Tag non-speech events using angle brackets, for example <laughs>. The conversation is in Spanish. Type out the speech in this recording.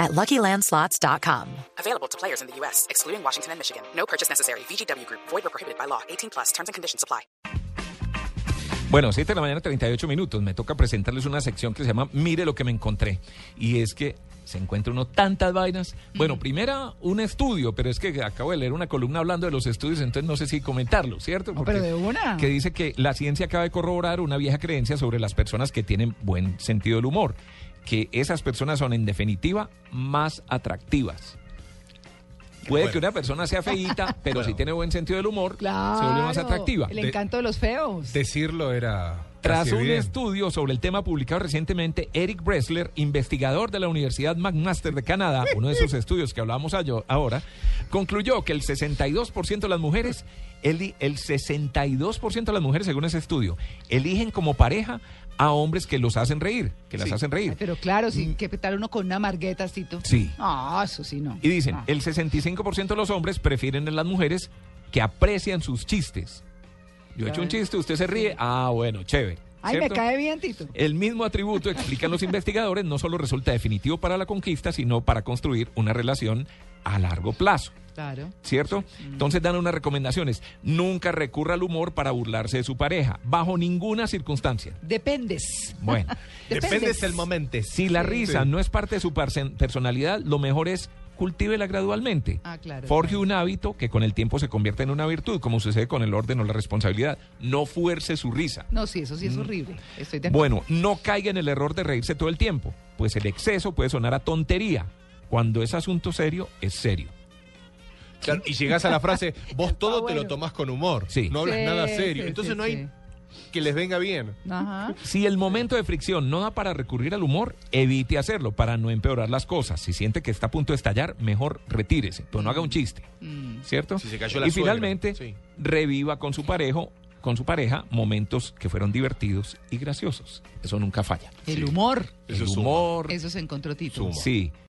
at luckylandslots.com. Available to players in the U.S., excluding Washington and Michigan. No purchase necessary. VGW Group, void or prohibited by law. 18 plus terms and conditions apply. Bueno, 7 de la mañana, 38 minutos. Me toca presentarles una sección que se llama Mire lo que me encontré. Y es que se encuentra uno tantas vainas. Bueno, primera, un estudio, pero es que acabo de leer una columna hablando de los estudios, entonces no sé si comentarlo, ¿cierto? pero de una. Que dice que la ciencia acaba de corroborar una vieja creencia sobre las personas que tienen buen sentido del humor. Que esas personas son, en definitiva, más atractivas. Puede Bueno. que una persona sea <laughs> feíta, pero si Bueno. tiene buen sentido del humor, Claro. se vuelve más atractiva. El encanto de los feos. Decirlo era. Tras casi un evidente. estudio sobre el tema publicado recientemente, Eric Bressler, investigador de la Universidad McMaster de <laughs> Canadá, uno de sus estudios que hablábamos ayo- ahora, concluyó que el 62% de las mujeres, eli- el 62% de las mujeres, según ese estudio, eligen como pareja a hombres que los hacen reír, que las Sí. hacen Ay, reír. pero claro, sí, ¿qué tal uno con una margueta, Tito? Sí. Ah, eso sí, no. Y dicen, Ah. el 65% de los hombres prefieren en las mujeres que aprecian sus chistes. Yo he hecho un chiste, usted se ríe, ah, bueno, chévere. Ay, me ¿cierto? cae bien, Tito. El mismo atributo, explican los investigadores, no solo resulta definitivo para la conquista, sino para construir una relación a largo plazo. Claro. ¿Cierto? Entonces dan unas recomendaciones. Nunca recurra al humor para burlarse de su pareja, bajo ninguna circunstancia. Dependes. <laughs> Bueno, Dependes del momento. si la Sí. risa no es parte de su parse- personalidad, lo mejor es cultívela gradualmente. Ah, claro, Forje claro. un hábito que con el tiempo se convierta en una virtud, como sucede con el orden o la responsabilidad. No fuerce su risa. No, sí, eso sí es horrible. Estoy de acuerdo. Bueno, no caiga en el error de reírse todo el tiempo, pues el exceso puede sonar a tontería. Cuando es asunto serio, es serio. Claro, y llegas a la frase, vos todo te Ah, bueno. lo tomás con humor. Sí. No hablas Sí, nada serio. sí, Entonces sí, no hay sí. que les venga bien. Ajá. Si el momento de fricción no da para recurrir al humor, evite hacerlo para no empeorar las cosas. Si siente que está a punto de estallar, mejor retírese, pero no haga un chiste, Mm. ¿cierto? Si se cayó la y suegra, finalmente, sí. reviva con su parejo, con su pareja momentos que fueron divertidos y graciosos. Eso nunca falla. El humor. Eso el suma. humor, Eso se encontró Tito. Suma. Sí,